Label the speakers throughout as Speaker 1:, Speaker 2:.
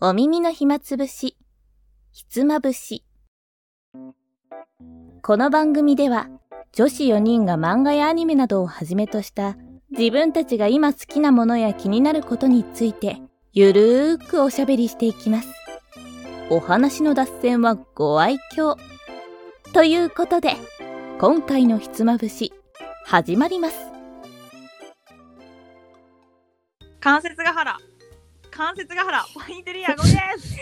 Speaker 1: お耳の暇つぶし、ひつまぶし。この番組では、女子4人が漫画やアニメなどをはじめとした、自分たちが今好きなものや気になることについて、ゆるーくおしゃべりしていきます。お話の脱線はご愛嬌。ということで、今回のひつまぶし、始まります。
Speaker 2: 関節が原関節が 原ポインテリア5です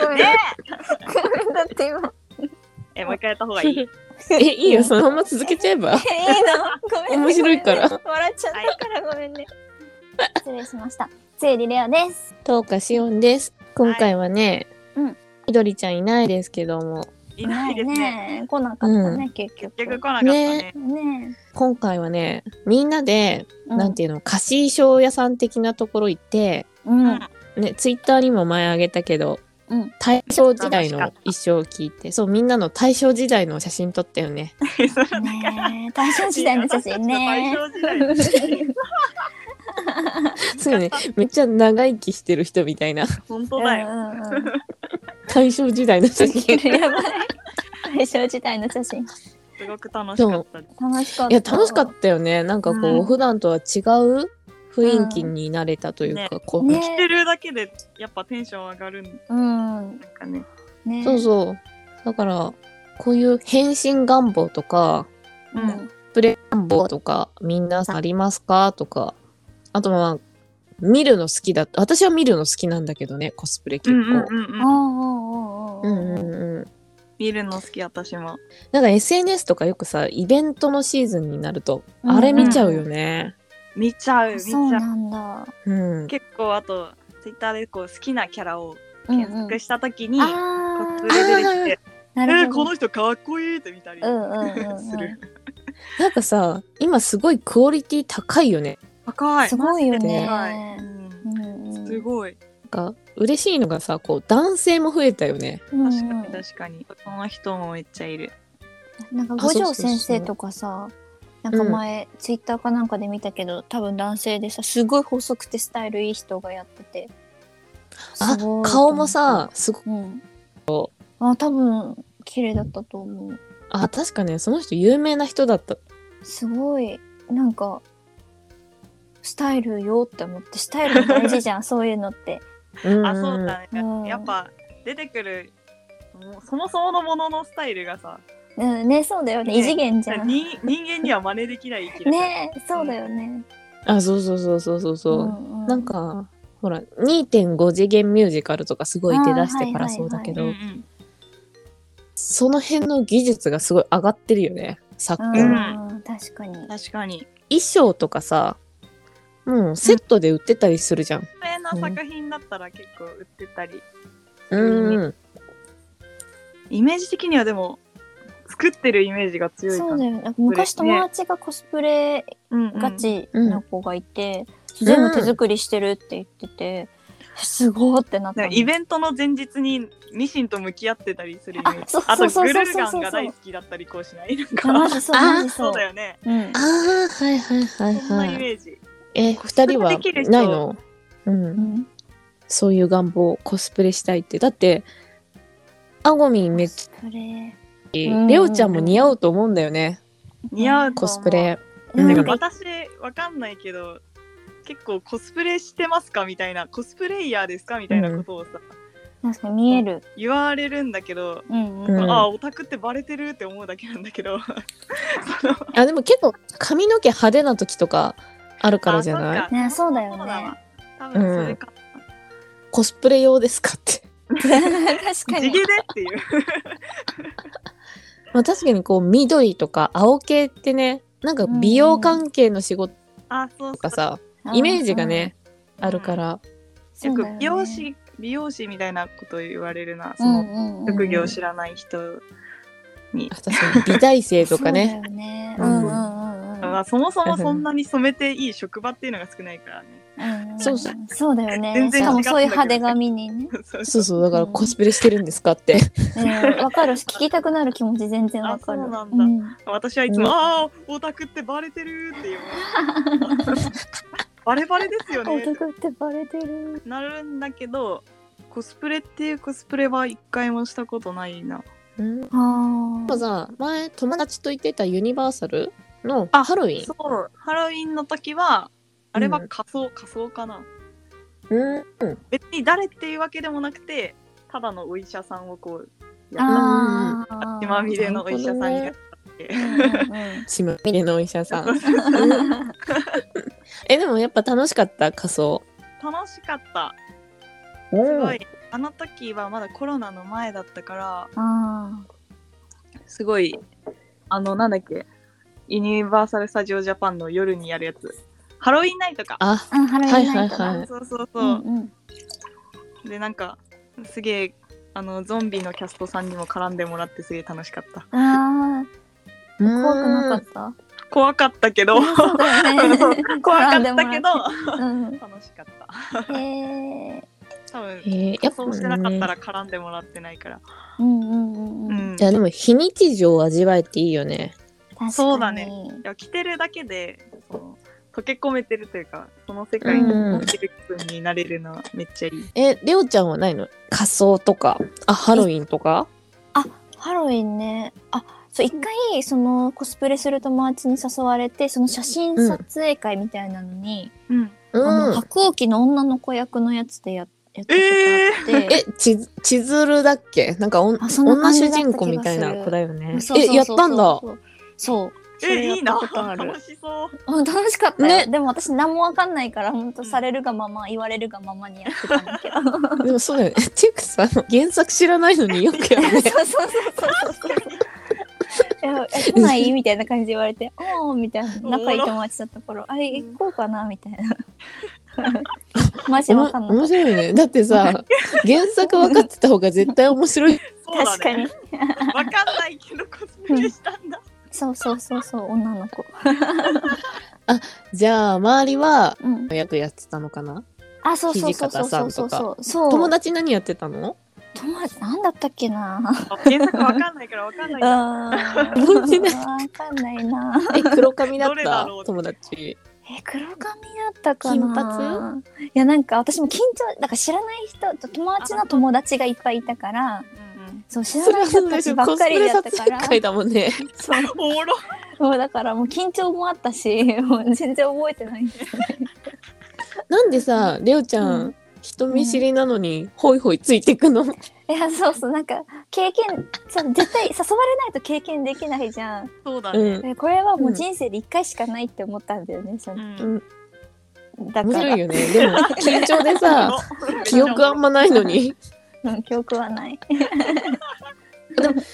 Speaker 3: ごめん
Speaker 2: ね
Speaker 3: だって今。
Speaker 2: ええもう一回やった方がいい
Speaker 4: え、いいよ、そのまま続けちゃえば。
Speaker 3: え、いいのごめん、ね。
Speaker 4: 面白いから
Speaker 3: ごめんね笑っちゃったからごめんね。 失礼しました。整理レオです。
Speaker 4: トーカシオンです。今回はね、
Speaker 3: はいうん
Speaker 4: みどりちゃんいないですけども、
Speaker 2: いないですね
Speaker 3: え来なかったね、
Speaker 4: う
Speaker 3: 結局。
Speaker 2: 結局来なかったね
Speaker 3: ね
Speaker 4: 今回はね、みんなで、
Speaker 3: え。
Speaker 4: なんていうの、貸し衣装屋さん的なところ行って、
Speaker 3: うん。 うん。
Speaker 4: ね、ツイッターにも前あげたけど、
Speaker 3: うん
Speaker 4: 大正時代の衣装を聞いて、そう、みんなの大正時代の写真撮ったよ ね。
Speaker 2: それだから
Speaker 3: ねえ、大正時代の写真
Speaker 2: 大。
Speaker 3: ね
Speaker 2: 正時代の写真
Speaker 4: そうよね、めっちゃ長生きしてる人みたいな、
Speaker 2: 本
Speaker 3: う
Speaker 2: 当
Speaker 3: んう
Speaker 2: だよ
Speaker 3: んうん。
Speaker 4: 大正時代の 写真。い
Speaker 3: やばい。大正時代の写真。
Speaker 2: すごく楽しかったです
Speaker 3: 楽しかった。
Speaker 4: や、楽しかったよね。なんかこう、
Speaker 2: うん
Speaker 4: 普段とは違う雰囲気になれたというか、こう、
Speaker 3: ね
Speaker 2: 着てるだけでやっぱテンション上がるん
Speaker 3: た。うん。
Speaker 2: なんかね
Speaker 3: ね
Speaker 4: そうそう。だから、こういう変身願望とか、
Speaker 3: う
Speaker 2: うん
Speaker 3: ん。
Speaker 4: プレイ願望とか、みんなさんありますかとか、あとまあ、見るの好きだった。私は見るの好きなんだけどね、コスプレ
Speaker 2: う
Speaker 4: 結
Speaker 2: んうん
Speaker 4: 構。
Speaker 2: うんうん
Speaker 3: おうおうおうおう
Speaker 4: うんうんうん。
Speaker 2: 見るの好き私も
Speaker 4: なんか SNS とかよくさ、イベントのシーズンになると、
Speaker 3: うん
Speaker 4: あれ見ちゃうよね。
Speaker 2: 見ちゃう見ち
Speaker 3: そう
Speaker 2: ゃう
Speaker 3: なんだ。
Speaker 4: うん。
Speaker 2: 結構あとツイッターでこう好きなキャラを
Speaker 3: うん
Speaker 2: 検索したとき
Speaker 3: う
Speaker 2: に
Speaker 3: ん。
Speaker 2: コ
Speaker 3: あ
Speaker 2: スプ
Speaker 3: ー
Speaker 2: レ出てきて
Speaker 3: な
Speaker 2: え
Speaker 3: る
Speaker 2: ー
Speaker 3: ほ
Speaker 2: こ
Speaker 3: ど。
Speaker 2: の人かっこいいって見たり
Speaker 3: うんうんうんうん
Speaker 2: する
Speaker 4: なんかさ、今すごいクオリティ高いよね。
Speaker 2: 高い
Speaker 3: すごいよ
Speaker 2: マジで
Speaker 3: ね
Speaker 2: 高いうん
Speaker 3: うんうん
Speaker 2: すごい
Speaker 4: なんか嬉しいのがさ、こう、男性も増えたよね。
Speaker 3: うんうん
Speaker 2: 確かに確かにその人もめっちゃいる
Speaker 3: なんか
Speaker 4: あ
Speaker 3: 五
Speaker 4: そ
Speaker 3: 条
Speaker 4: うそうそ
Speaker 3: 先
Speaker 4: う
Speaker 3: 生とかさなんか前、ツイッターかなんかで見たけど多分男性でさすごい細くてスタイルいい人がやってて
Speaker 4: あ
Speaker 3: すごい、
Speaker 4: 顔もさ、すご
Speaker 3: うんあ多分綺麗だったと思う
Speaker 4: あ、確かね、その人有名な人だった。
Speaker 3: すごいなんかスタイルよって思ってスタイルも大事じゃんそういうのって
Speaker 4: うん
Speaker 2: あそうだね、
Speaker 3: うん
Speaker 2: やっぱ出てくるもうそもそものもののスタイルがさ
Speaker 3: うんねそうだよね
Speaker 2: ね
Speaker 3: 異次元じゃんね
Speaker 2: 人人間には真似できないき
Speaker 3: そうだよね
Speaker 4: あそうそうそうそうそうそう、
Speaker 3: ん
Speaker 4: なんかほら2.5次元ミュージカルとかすごい出だしてか
Speaker 3: あ
Speaker 4: ら
Speaker 3: ー
Speaker 4: そうだけ
Speaker 2: う
Speaker 4: ど、
Speaker 2: んうん、
Speaker 4: その辺の技術がすごい上がってるよね昨
Speaker 3: う
Speaker 4: 今、衣
Speaker 3: ん、確かに
Speaker 2: 確かに
Speaker 4: 装とかさもうセットで売ってたりするじゃん、
Speaker 2: 有名な作品だったら結構売ってたり、
Speaker 4: うん、うん
Speaker 2: イメージ的にはでも作ってるイメージが強いか
Speaker 3: そ
Speaker 2: ら
Speaker 3: うだよね昔友達がコスプレ
Speaker 2: うんうん
Speaker 3: ガチ
Speaker 4: うん
Speaker 3: な子がいて、全部手作りしてるって言ってて、すごーってなった
Speaker 2: なん
Speaker 3: の
Speaker 2: かイベントの前日にミシンと向き合ってたりするイメージ
Speaker 3: あ
Speaker 2: あ
Speaker 3: そう
Speaker 2: と
Speaker 3: そう
Speaker 2: グル
Speaker 3: そうそ
Speaker 2: ルガ
Speaker 3: うそうそう
Speaker 2: ンが大好きだったりこうしないなん
Speaker 3: いやマ
Speaker 2: か
Speaker 3: ジそうマジそ
Speaker 2: そう
Speaker 3: う
Speaker 2: だよね
Speaker 3: うん
Speaker 4: ああはいはいはい
Speaker 2: そんなイ
Speaker 4: はい
Speaker 2: メージ
Speaker 4: え
Speaker 2: コスプ
Speaker 4: 二
Speaker 2: レ
Speaker 4: 人は
Speaker 2: できる人
Speaker 4: ないの、うん
Speaker 3: うん
Speaker 4: そういう願望コスプレしたいってだってあごみんめっち
Speaker 3: コスプレ
Speaker 4: ゃいい
Speaker 3: うん
Speaker 4: レオちゃんも似合うと思うんだよね
Speaker 2: 似合うと
Speaker 4: コ
Speaker 2: 思う
Speaker 4: スプレ
Speaker 3: う
Speaker 4: うん
Speaker 3: ん
Speaker 2: な
Speaker 3: なんん
Speaker 2: か
Speaker 3: か
Speaker 2: 私わかんないけど結構コスプレしてますかみたいなコスプレイヤーですかみたいなことをさ、
Speaker 3: 確かに見える
Speaker 2: 言われるんだけど、
Speaker 3: うん
Speaker 4: う
Speaker 3: うん
Speaker 2: ああオタクってバレてるって思うだけなんだけどその
Speaker 4: あでも結構髪の毛派手な時とかあるからじゃない
Speaker 2: あ
Speaker 3: ねそうだよね
Speaker 2: わ多分それか、
Speaker 4: コスプレ用ですかって、
Speaker 3: ん確か
Speaker 2: 地
Speaker 3: に
Speaker 2: 毛でっていう
Speaker 4: まあ、確かにこう緑とか青系ってねなんか美容関係の仕事
Speaker 2: あそう
Speaker 4: と
Speaker 2: そ
Speaker 4: か
Speaker 2: う
Speaker 4: さ、イメージが
Speaker 2: う
Speaker 4: ね、
Speaker 2: ん
Speaker 4: あるから、
Speaker 2: よ
Speaker 3: そう
Speaker 2: く
Speaker 3: だよね
Speaker 2: 美容師、美容師みたいなこと言われるなそ
Speaker 3: うん
Speaker 2: の
Speaker 3: うんうん
Speaker 2: 職業知らない人に
Speaker 4: あ、確かに美大生とかね
Speaker 3: そうだよね
Speaker 4: う
Speaker 3: うんんうんうんうん
Speaker 2: まあ、そもそもそんなに染めていい職場っていうのが少ないからね
Speaker 3: うんうん
Speaker 4: そうそう
Speaker 3: そうだよね
Speaker 2: 全然
Speaker 3: しかもそういう
Speaker 2: 違った
Speaker 3: 派
Speaker 2: んだけ
Speaker 3: 手
Speaker 2: ど
Speaker 3: 髪にね
Speaker 2: そう
Speaker 4: そうそうだから
Speaker 3: うん
Speaker 4: コスプレしてるんですかって、
Speaker 3: うんわかるし聞きたくなる気持ち全然わかる
Speaker 2: あそうなんだ
Speaker 3: ん
Speaker 2: 私はいつも、
Speaker 4: うん
Speaker 2: ああオタクってバレてるっていう バレバレですよね。
Speaker 3: 男ってバレてる。
Speaker 2: なるんだけど、コスプレっていうコスプレは一回もしたことないな。
Speaker 4: うん
Speaker 3: あ
Speaker 4: でもさ前友達と行ってたユニバーサルの
Speaker 2: あ
Speaker 4: ハロウィン
Speaker 2: そう、ハロウィンの時は、あれは
Speaker 4: うん
Speaker 2: 仮装、仮装かな。
Speaker 4: うん
Speaker 2: 別に誰っていうわけでもなくて、ただのお医者さんをこう、やった
Speaker 3: ああ。
Speaker 2: 血まみれのお医者さんに
Speaker 4: な
Speaker 2: や
Speaker 4: る
Speaker 2: っ
Speaker 4: 血まみれのお医者さん
Speaker 3: うんうんうん
Speaker 4: えでもやっぱ楽しかった仮装
Speaker 2: た。 楽しかった。す
Speaker 4: す
Speaker 2: ごい。あの時はまだコロナの前だったから、
Speaker 3: あ
Speaker 2: すごい、あの、なんだっけ、ユニバーサル・スタジオ・ジャパンの夜にやるやつ。ハロウィンナイトか。
Speaker 4: あ
Speaker 3: ーあ。ハロウィンナイト
Speaker 4: はいはいは
Speaker 3: だ
Speaker 4: い。
Speaker 2: そうそう
Speaker 3: う
Speaker 2: そう。
Speaker 3: んうん
Speaker 2: でなんかすげえあのゾンビのキャストさんにも絡んでもらってすげえ楽しかった
Speaker 3: ああ、怖くなかった。
Speaker 2: 怖かったけど
Speaker 3: そうだよね
Speaker 2: 怖かっ
Speaker 3: 絡んで
Speaker 2: た
Speaker 3: も
Speaker 2: け
Speaker 3: ら
Speaker 2: ど
Speaker 3: ってうん
Speaker 2: 楽しかった
Speaker 3: へえ。
Speaker 2: 多分
Speaker 4: えー、や
Speaker 2: 予
Speaker 4: っぱ、
Speaker 2: 想してなかった
Speaker 4: ね、
Speaker 2: ら絡んでもらってないから、
Speaker 3: うんうんうん
Speaker 2: う
Speaker 3: うん。
Speaker 2: ん、
Speaker 4: いやでも非日常を味わえていいよね
Speaker 3: 確かに
Speaker 2: そうだね。いや着てるだけでその溶け込めてるというかその世界に
Speaker 4: うん
Speaker 2: 溶ける気分になれるのはめっちゃいい、
Speaker 4: えレオちゃんはないの仮装とかあハロウィンとか
Speaker 3: ハロウィンね。あ、そう一回そのコスプレする友達に誘われて、その写真撮影会みたいなのに、
Speaker 2: うん、
Speaker 4: う
Speaker 3: あの
Speaker 4: ん
Speaker 3: 白鸚記の女の子役のやつでややったことあって。
Speaker 4: えち千鶴だっけなんかおん
Speaker 3: あそんな
Speaker 4: 女
Speaker 3: 感じだっ
Speaker 4: 主
Speaker 3: た気がする
Speaker 4: 人公みたいな子だよね
Speaker 3: そうそうそうそう
Speaker 4: えやったんだ。
Speaker 3: そう。それ
Speaker 2: え
Speaker 3: や
Speaker 2: い
Speaker 3: っ
Speaker 2: い
Speaker 3: た
Speaker 2: な
Speaker 3: ことある
Speaker 2: 楽しそう
Speaker 3: うん楽しかったよ、
Speaker 4: ね
Speaker 3: でも私何もわかんないから本当されるがまま言われるがままにやってたんだけどそう
Speaker 4: でもそうだよね。チェックさんの原作知らないのによくやるね。
Speaker 3: そうそうそうそういやえ来ないみたいな感じで言われて「おお」みたいな仲いい友達だった頃「あれ行こうかな」みたいなマジ
Speaker 4: おも
Speaker 3: わかんなか
Speaker 4: 面
Speaker 3: っ
Speaker 4: 白いよね。だっ てさ、原作分かってた方が絶対面白い。
Speaker 2: そう
Speaker 3: た
Speaker 2: だ
Speaker 3: 確か
Speaker 2: ね
Speaker 3: に
Speaker 2: わかんないけどコスプレしたんだ
Speaker 3: そうそうそうそう女の子
Speaker 4: じゃあ、周りは、
Speaker 3: うん
Speaker 4: 役やってたのかな
Speaker 3: あそうそうそうそうそうそうそうそう
Speaker 4: 友達何やってたの
Speaker 3: 友達なんだったっけな
Speaker 2: 原作わかんないからわかんない
Speaker 3: うん
Speaker 2: な
Speaker 4: 友達だ
Speaker 3: わかんないな
Speaker 4: え、黒髪だっ
Speaker 2: どれだ
Speaker 4: た
Speaker 2: ろう
Speaker 4: 友達。
Speaker 3: え黒髪だったかな
Speaker 4: 金
Speaker 3: いやなんか私も緊張だから知らない人友達の友達がいっぱいいたから
Speaker 2: うん
Speaker 3: そう知ら
Speaker 4: それ
Speaker 3: な
Speaker 4: はいそう
Speaker 3: 人
Speaker 4: で
Speaker 3: た
Speaker 4: し
Speaker 3: ち
Speaker 4: ょ。
Speaker 3: ば
Speaker 4: コ
Speaker 3: っ
Speaker 4: スプ
Speaker 3: かり
Speaker 4: レ
Speaker 3: だ
Speaker 4: 撮
Speaker 3: ったか
Speaker 4: 影
Speaker 3: ら
Speaker 4: 会だもんね。
Speaker 3: そう
Speaker 2: うんおもろ
Speaker 3: そうだからもう緊張もあったし もう全然覚えてないんですよね
Speaker 4: なんでさ、レオちゃ、
Speaker 3: うん
Speaker 4: 人見知りなのに、ホイホイついてくの
Speaker 3: いやそうそうなんか経験そう絶対誘われないと経験できないじゃん
Speaker 2: そうだ
Speaker 4: う
Speaker 2: ね、
Speaker 4: ん。
Speaker 3: でこれはもう人生で一回しかないって思ったんだよねその
Speaker 2: うん
Speaker 3: だ
Speaker 4: 面
Speaker 3: か
Speaker 4: 白
Speaker 3: ら
Speaker 4: いよね。でも、緊張でさ、 記憶あん
Speaker 2: ま
Speaker 4: まないのに。
Speaker 3: うん記憶はない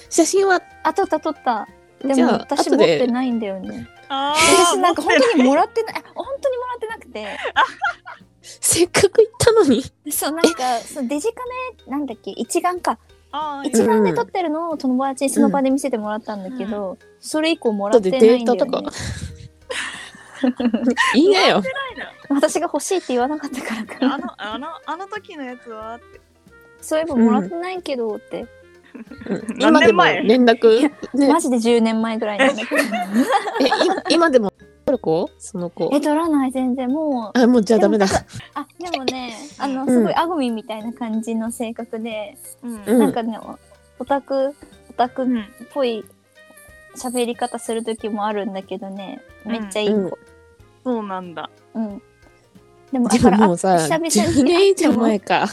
Speaker 4: 写真は、
Speaker 3: あ撮った撮ったで
Speaker 4: じ
Speaker 3: も
Speaker 4: ゃあ
Speaker 3: 私持
Speaker 4: 後
Speaker 3: っ
Speaker 4: で
Speaker 3: てないんだよね私
Speaker 2: 私
Speaker 3: なんか本当にもらってないあ本当にもらってなくて
Speaker 4: せっかく行ったのに。
Speaker 3: そうなんかそうデジカメなんだっけ一眼か
Speaker 2: あー
Speaker 3: 一眼で撮ってるのを友達にその場で見せてもらったんだけど、それ以降もらってないんだ
Speaker 4: だって
Speaker 3: よ
Speaker 4: データと
Speaker 3: ね
Speaker 4: か言 いなよ。
Speaker 3: 私が欲しいって言わなかったからか
Speaker 2: あ
Speaker 3: な
Speaker 2: のあのあの時のやつはって
Speaker 3: そういえばもらってないけどって、
Speaker 4: うん
Speaker 2: 何
Speaker 4: 今で
Speaker 2: 年
Speaker 4: も
Speaker 2: 前
Speaker 4: 連絡、ね、
Speaker 3: マジで10年前ぐらいなんだけど
Speaker 4: えい今でも撮る子その子
Speaker 3: え撮らない全然もう
Speaker 4: あもうじゃあダメだ
Speaker 3: あでもねあ
Speaker 2: う
Speaker 3: の
Speaker 2: ん
Speaker 3: すごいアゴミみたいな感じの性格で、
Speaker 2: うん
Speaker 4: うん
Speaker 3: なんかねおオタクオタクっ
Speaker 2: うん
Speaker 3: ぽい喋り方する時もあるんだけどねめっちゃいい子、
Speaker 4: うん
Speaker 2: そうなんだ
Speaker 3: うん。でも、だ
Speaker 4: で
Speaker 3: か
Speaker 4: も
Speaker 3: ら、
Speaker 4: もうさ
Speaker 3: 久々に会っても
Speaker 4: 10年以上前か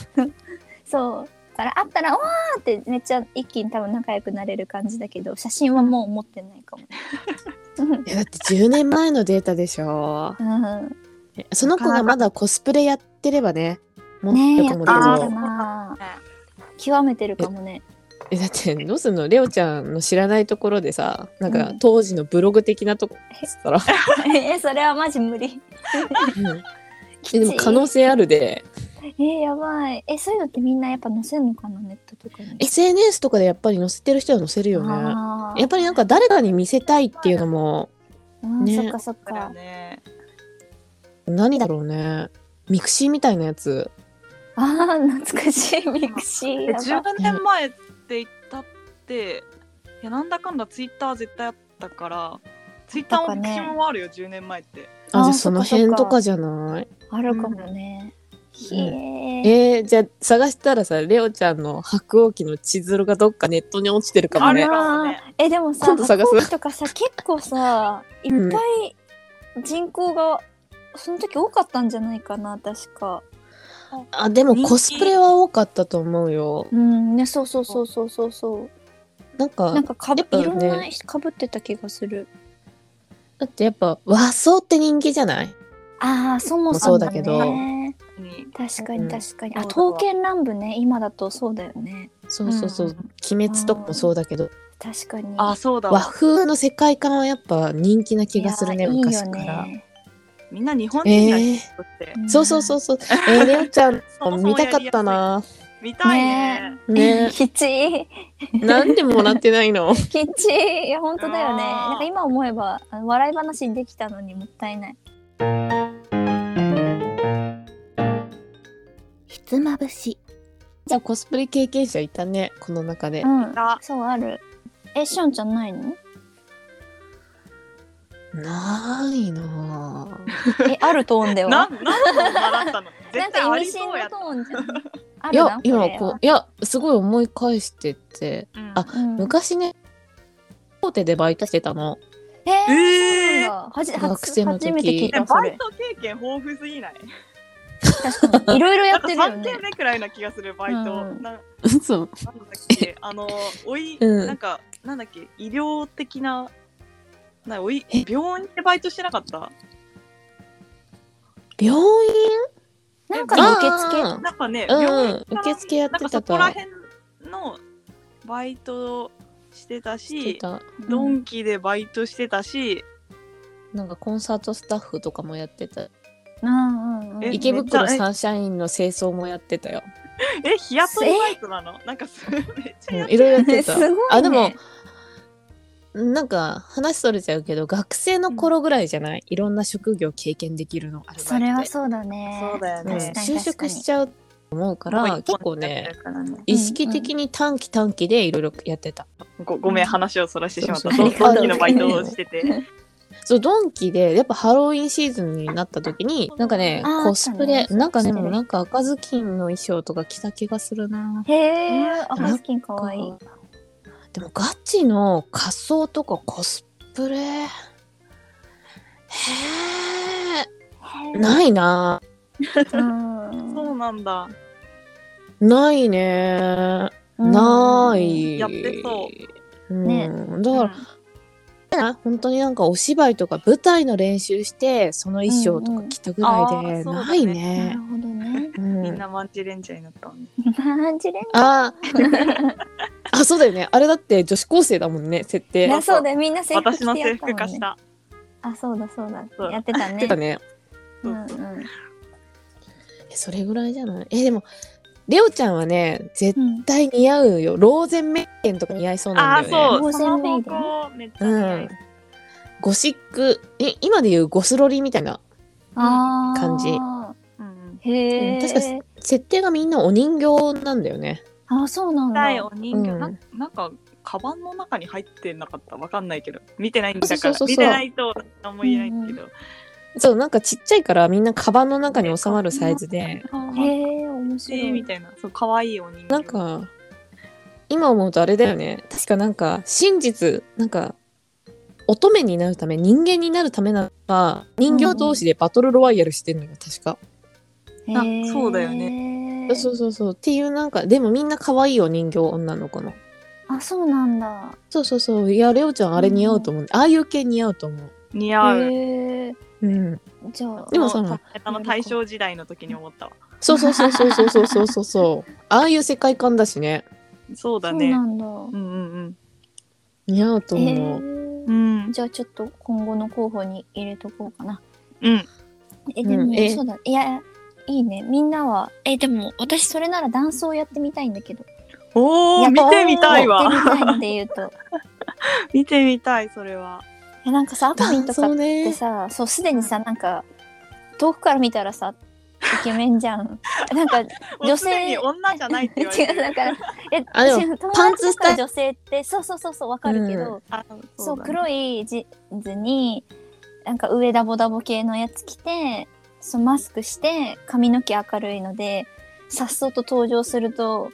Speaker 3: そう。だから、会ったら、わーって、めっちゃ一気に多分仲良くなれる感じだけど、写真はもう持ってない かも。
Speaker 4: いやだって10年前のデータでしょ
Speaker 3: うん。
Speaker 4: その子がまだコスプレやってればねも
Speaker 3: ねえ、
Speaker 4: っ
Speaker 3: や
Speaker 4: と
Speaker 3: っ
Speaker 4: か
Speaker 3: て
Speaker 4: も
Speaker 3: る
Speaker 4: で
Speaker 2: や
Speaker 3: か
Speaker 2: て
Speaker 4: も
Speaker 3: な。極めてるかもね。
Speaker 4: えだってどうすんのレオちゃんの知らないところでさなんか
Speaker 3: うん
Speaker 4: 当時のブログ的なとこっつったら、
Speaker 3: え、それはマジ無理。
Speaker 4: うんえでも可能性あるで
Speaker 3: え、やばい。え、そういうのってみんなやっぱ載せんのかな、ネットとかに。
Speaker 4: SNS とかでやっぱり載せてる人は載せるよね
Speaker 3: あー
Speaker 4: やっぱりなんか誰かに見せたいっていうのも
Speaker 3: うん
Speaker 4: ね
Speaker 3: そっかそっ
Speaker 2: だよ
Speaker 3: か。
Speaker 2: ね
Speaker 4: 何だろうねミクシーみたいなやつ
Speaker 3: ああ、懐かしい、ミクシー。
Speaker 2: え
Speaker 3: やばい
Speaker 2: 10年前って言ったっていやなんだかんだツイッター絶対あったからツイッターも
Speaker 3: あったかね
Speaker 2: 私もあるよ10年前って
Speaker 4: あ、じゃ
Speaker 3: あ
Speaker 4: あ
Speaker 3: そ
Speaker 4: そ
Speaker 3: っかそ
Speaker 4: の
Speaker 3: っか
Speaker 4: 辺とかじゃない
Speaker 3: あるかもね。
Speaker 4: うん
Speaker 3: へえ。
Speaker 4: えー、じゃあ探したらさ、レオちゃんの白鸚記の千鶴がどっかネットに落ちてるかも
Speaker 2: ある
Speaker 4: ね。
Speaker 2: かもね。
Speaker 3: えでもさ、
Speaker 4: 今度探す
Speaker 3: 白鸚とかさ結構さいっぱい人口がその時多かったんじゃないかな確か。
Speaker 4: あ、でもコスプレは多かったと思うよ。
Speaker 3: うんねそうそうそうそうそうそう。
Speaker 4: なんか、
Speaker 3: なんかかぶ
Speaker 4: やっぱ
Speaker 3: い
Speaker 4: ね
Speaker 3: ろんなかぶってた気がする。
Speaker 4: だってやっぱ和装って人気じゃない
Speaker 3: ああそも
Speaker 4: そ
Speaker 3: そも
Speaker 4: も
Speaker 3: ね。
Speaker 4: そうだけど
Speaker 2: うん
Speaker 3: 確か
Speaker 4: う
Speaker 3: に
Speaker 4: ん
Speaker 3: 確か
Speaker 2: そう
Speaker 3: に。あ
Speaker 2: だわ
Speaker 3: 刀剣乱舞ね今だとそうだよね。
Speaker 4: そうそうそう。
Speaker 2: うん
Speaker 4: 鬼滅とかもそうだけど、
Speaker 3: 確かに。
Speaker 2: あ、そうだ
Speaker 4: 和
Speaker 2: わ。
Speaker 4: 風の世界観はやっぱ人気な気がするね、
Speaker 3: いや
Speaker 4: 昔から。
Speaker 3: いいよね
Speaker 2: みんな日本人だ
Speaker 4: え
Speaker 2: ね。
Speaker 4: え
Speaker 2: そして
Speaker 3: ん
Speaker 4: そうそうそうそう。えー、レオちゃんも見たかったな。
Speaker 2: 見たいね。
Speaker 4: ね、
Speaker 3: きちい
Speaker 4: なんでもらってないの。
Speaker 3: きちいいや本当だよね
Speaker 2: あー
Speaker 3: なんか今思えばあの笑い話にできたのにもったいない
Speaker 1: ひつまぶし
Speaker 4: じゃあコスプレ経験者いたね、この中で
Speaker 3: う。ん
Speaker 2: あ
Speaker 3: そうあるえしょんちゃんない の
Speaker 4: ないなぁ。
Speaker 3: えあるトーンでは
Speaker 2: なん、なんの習ったの
Speaker 3: な
Speaker 2: 絶
Speaker 3: んか
Speaker 2: 対あ
Speaker 3: 意味
Speaker 2: り
Speaker 3: 深
Speaker 2: そうや
Speaker 3: な
Speaker 2: っ
Speaker 3: ト
Speaker 2: た。
Speaker 3: ーンじゃんあ
Speaker 4: い
Speaker 3: る
Speaker 4: や
Speaker 3: な、
Speaker 4: 今
Speaker 3: れ
Speaker 4: こ
Speaker 3: は
Speaker 4: う、いや、すごい思い返してて、
Speaker 2: うん
Speaker 4: あ
Speaker 3: うん
Speaker 4: 昔ね、大手でバイトしてたの。
Speaker 3: え
Speaker 2: ええ
Speaker 3: ーそうなんだはじ
Speaker 4: 学生の時
Speaker 3: 初めて聞い
Speaker 2: え
Speaker 3: たそ
Speaker 2: バイ
Speaker 3: れ
Speaker 2: ト経験豊富すぎない。
Speaker 3: 確かにいろいろや
Speaker 2: な
Speaker 3: っ
Speaker 2: んか
Speaker 3: てるよ
Speaker 2: 三
Speaker 3: ね
Speaker 2: 件目くらいな気がするバイト。
Speaker 3: うん
Speaker 2: な
Speaker 4: そう。
Speaker 2: なんだっけ、あの、おい、
Speaker 4: うん
Speaker 2: なんか、なんだっけ、医療的な、なおい
Speaker 4: え
Speaker 2: 病院でバイトしてなかった
Speaker 4: 病院
Speaker 3: なん
Speaker 2: あ
Speaker 3: かの受付
Speaker 2: なんかね、
Speaker 4: うん
Speaker 2: 病院から
Speaker 4: 受付やってた
Speaker 2: なんかそこら辺のバイトしてた
Speaker 4: して
Speaker 2: し、
Speaker 4: た。
Speaker 2: ドンキでバイトしてたし、
Speaker 4: なんかコンサートスタッフとかもやってた。
Speaker 3: うんうんうん
Speaker 2: え
Speaker 4: 池袋
Speaker 2: めっちゃえ
Speaker 4: サンシャインの清掃もやってたよ。
Speaker 2: え、日雇いバイトなのなんかす、めっちゃやっ
Speaker 4: いろいろやってた。
Speaker 3: すごいね
Speaker 4: あ、でも、なんか話それちゃうけど、学生の頃ぐらいじゃない、いろんな職業経験できるの。アルバイトで
Speaker 3: それはそうだね
Speaker 2: そうだよ
Speaker 4: うん
Speaker 2: ね
Speaker 3: 確かに
Speaker 4: 就
Speaker 3: 確か
Speaker 4: 職
Speaker 3: に
Speaker 4: しちゃうと思うから、結構ね、。
Speaker 3: うん
Speaker 4: 意識的に短期短期でいろいろやってた。
Speaker 2: ごごめん、話をそらしてしまった。
Speaker 4: そう
Speaker 3: そ
Speaker 2: ド
Speaker 3: う
Speaker 2: ン
Speaker 3: ありがとう
Speaker 2: キのバイトをしてて。
Speaker 4: そう、ドンキで、やっぱハロウィンシーズンになった時に、なんかね
Speaker 3: あー、
Speaker 4: コスプレ、
Speaker 3: あったね
Speaker 4: なんかで
Speaker 3: コスプ
Speaker 4: も
Speaker 3: レ
Speaker 4: なんか赤ずきんの衣装とか着た気がするな。
Speaker 3: へえ、あ、
Speaker 4: うん
Speaker 3: ハスキンかわいい。
Speaker 4: でもガチの仮装とかコスプレへえないな
Speaker 3: うん
Speaker 2: そうなんだ。
Speaker 4: ないねない、
Speaker 2: やってそう
Speaker 3: ね
Speaker 4: ん、だから、本当になんかお芝居とか舞台の練習してその衣装とか着たぐらい
Speaker 2: うんうんあー
Speaker 4: で、
Speaker 2: そうだね
Speaker 4: ない
Speaker 3: なる
Speaker 4: ね、
Speaker 3: ほどね。
Speaker 4: うん
Speaker 2: みんなマンチレンジャーになったのに。
Speaker 3: 感じれん
Speaker 4: あー あそうだよねあれだって女子高生だもんね設定
Speaker 3: い
Speaker 4: や
Speaker 3: や、
Speaker 4: っ
Speaker 3: そうだよ、みんな制服着
Speaker 2: 私
Speaker 3: て
Speaker 2: の
Speaker 3: や
Speaker 2: 制
Speaker 3: った
Speaker 2: 服
Speaker 3: も
Speaker 2: 化し
Speaker 3: んね。
Speaker 2: た。
Speaker 3: あ、そうだ、そうだ
Speaker 2: そ、う
Speaker 3: やってたね
Speaker 4: てた。ね
Speaker 3: うんうん
Speaker 4: えそれぐらいじゃないえでもレオちゃんはね絶
Speaker 3: うん。
Speaker 4: 対似合うよローゼンメッケンとか似合いそう
Speaker 2: あ
Speaker 4: な
Speaker 2: あ
Speaker 4: ん
Speaker 2: ー、
Speaker 4: だよ
Speaker 2: そ
Speaker 3: ね
Speaker 4: ね
Speaker 2: う。その方向めっちゃ似合い
Speaker 4: ゴシックえ今で言うゴスロリみたいな
Speaker 3: ああ。
Speaker 4: 感じ。
Speaker 2: うん。
Speaker 3: へえ。
Speaker 4: うん確か設定がみんなお人形なんだよね
Speaker 3: あ、そうなん
Speaker 2: 痛い
Speaker 3: だ
Speaker 2: お。人形、
Speaker 4: うん
Speaker 2: ななんか、カバンの中に入ってなかったわかんないけど、見てないんだから、
Speaker 4: そうそうそうそ
Speaker 2: 見
Speaker 4: う
Speaker 2: てないと何も言えないけど。
Speaker 4: そうなんかちっちゃいからみんなカバンの中に収まるサイズで
Speaker 3: へえ、
Speaker 2: え
Speaker 3: 面
Speaker 2: ー
Speaker 3: 白
Speaker 2: み
Speaker 3: い。
Speaker 2: たいな、そう、可愛いお人形。
Speaker 4: なん、か今思うとあれだよね確かなんか真実なんか乙女になるため人間になるためなのか人形同士でバトルロワイヤルしてるのよ確か、
Speaker 2: あ
Speaker 3: へー
Speaker 2: そうだよ
Speaker 4: そうそうそうっていうなんかでもみんな可愛いお人形女の子の
Speaker 3: あ、そうなんだ。
Speaker 4: そうそうそういやレオちゃんあれ似合うと思う、ああいう系似合うと思う
Speaker 2: 似合う。
Speaker 3: へえ。
Speaker 4: うん
Speaker 3: じゃあ。
Speaker 4: でもさ
Speaker 2: そのあの大正時代の時に思ったわ。
Speaker 4: そうそうそうそうそうそうそうそうああいう世界観だしね
Speaker 2: そう
Speaker 3: そ
Speaker 2: だ
Speaker 3: う
Speaker 2: ね
Speaker 3: な。んだ。
Speaker 2: うんうん
Speaker 4: 似合うと
Speaker 3: へえ
Speaker 4: 思う、
Speaker 2: う。ん。うん。
Speaker 3: じゃあちょっと今後の候補に入れとこうかな。
Speaker 2: うん。
Speaker 3: えでも、
Speaker 4: うんえ
Speaker 3: そうだいやいいねみんなはえでも私それならダンスをやってみたいんだけど
Speaker 2: お
Speaker 3: や
Speaker 2: ー、
Speaker 3: っぱ
Speaker 2: 見てみたい
Speaker 3: やってみ
Speaker 2: わ。
Speaker 3: たいので言 うとい
Speaker 2: 見てみたい、それは。
Speaker 3: やなんかさアカミンとかっ
Speaker 4: ね
Speaker 3: てさそうすでにさなんか遠くから見たらさイケメンじゃんなんか女
Speaker 2: 女性
Speaker 3: 性
Speaker 2: に女じゃないって言われ
Speaker 3: 違
Speaker 2: て る。
Speaker 3: う だからえ
Speaker 4: あで
Speaker 3: 友
Speaker 4: も
Speaker 3: 達とか
Speaker 4: パンツスタイル
Speaker 3: 女性ってそうそうそうそうわかるけど、
Speaker 2: あ
Speaker 3: そう
Speaker 2: だね
Speaker 3: 黒いジーンズになんか上ダボダボ系のやつ着てそのマスクして髪の毛明るいのでさっそうと登場すると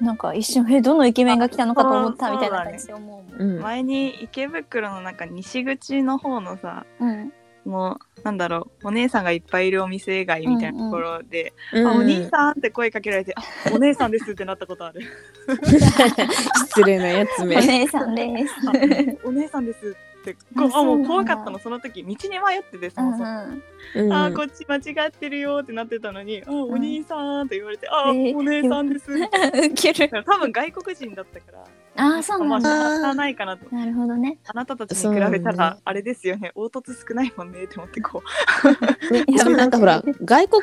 Speaker 3: なんか一瞬えどのイケメンが来たのかと思った
Speaker 2: あ
Speaker 3: みたいな
Speaker 2: そうだね
Speaker 3: 感じで思うもん
Speaker 4: うん。
Speaker 2: 前に池袋のなんか西口の方のさ
Speaker 3: うん
Speaker 2: もうなんだろうお姉さんがいっぱいいるお店以外みたいなところで「
Speaker 4: うん
Speaker 2: あお兄さん」って声かけられて「あお姉さんです」ってなった ことある
Speaker 4: 失礼なやつ
Speaker 3: お
Speaker 4: め。
Speaker 3: 姉さ んです。
Speaker 2: あ「お姉さんです」ってこう
Speaker 3: あ
Speaker 2: あも
Speaker 3: そうなん
Speaker 2: う
Speaker 3: だ
Speaker 2: 怖かったのその時道に迷っててそもそも。
Speaker 4: うん
Speaker 2: あーこっち間違ってるよってなってたのに「あーお兄さん」って言われて「あ
Speaker 3: え
Speaker 2: ー
Speaker 3: ー
Speaker 2: お姉さんです」だか
Speaker 3: ウケ る。
Speaker 2: ら多分外国人だったから
Speaker 3: ああ、そうなん
Speaker 2: ま
Speaker 3: だ。
Speaker 2: あ仕方ないかなと
Speaker 3: なるほどね。
Speaker 2: あなたたちに比べ
Speaker 4: そう
Speaker 2: た
Speaker 4: なんだ
Speaker 2: らあれですよね凹凸少ないもんねって思ってこう
Speaker 4: ね
Speaker 3: いや
Speaker 4: しかもなんかほら
Speaker 3: 待
Speaker 4: 外国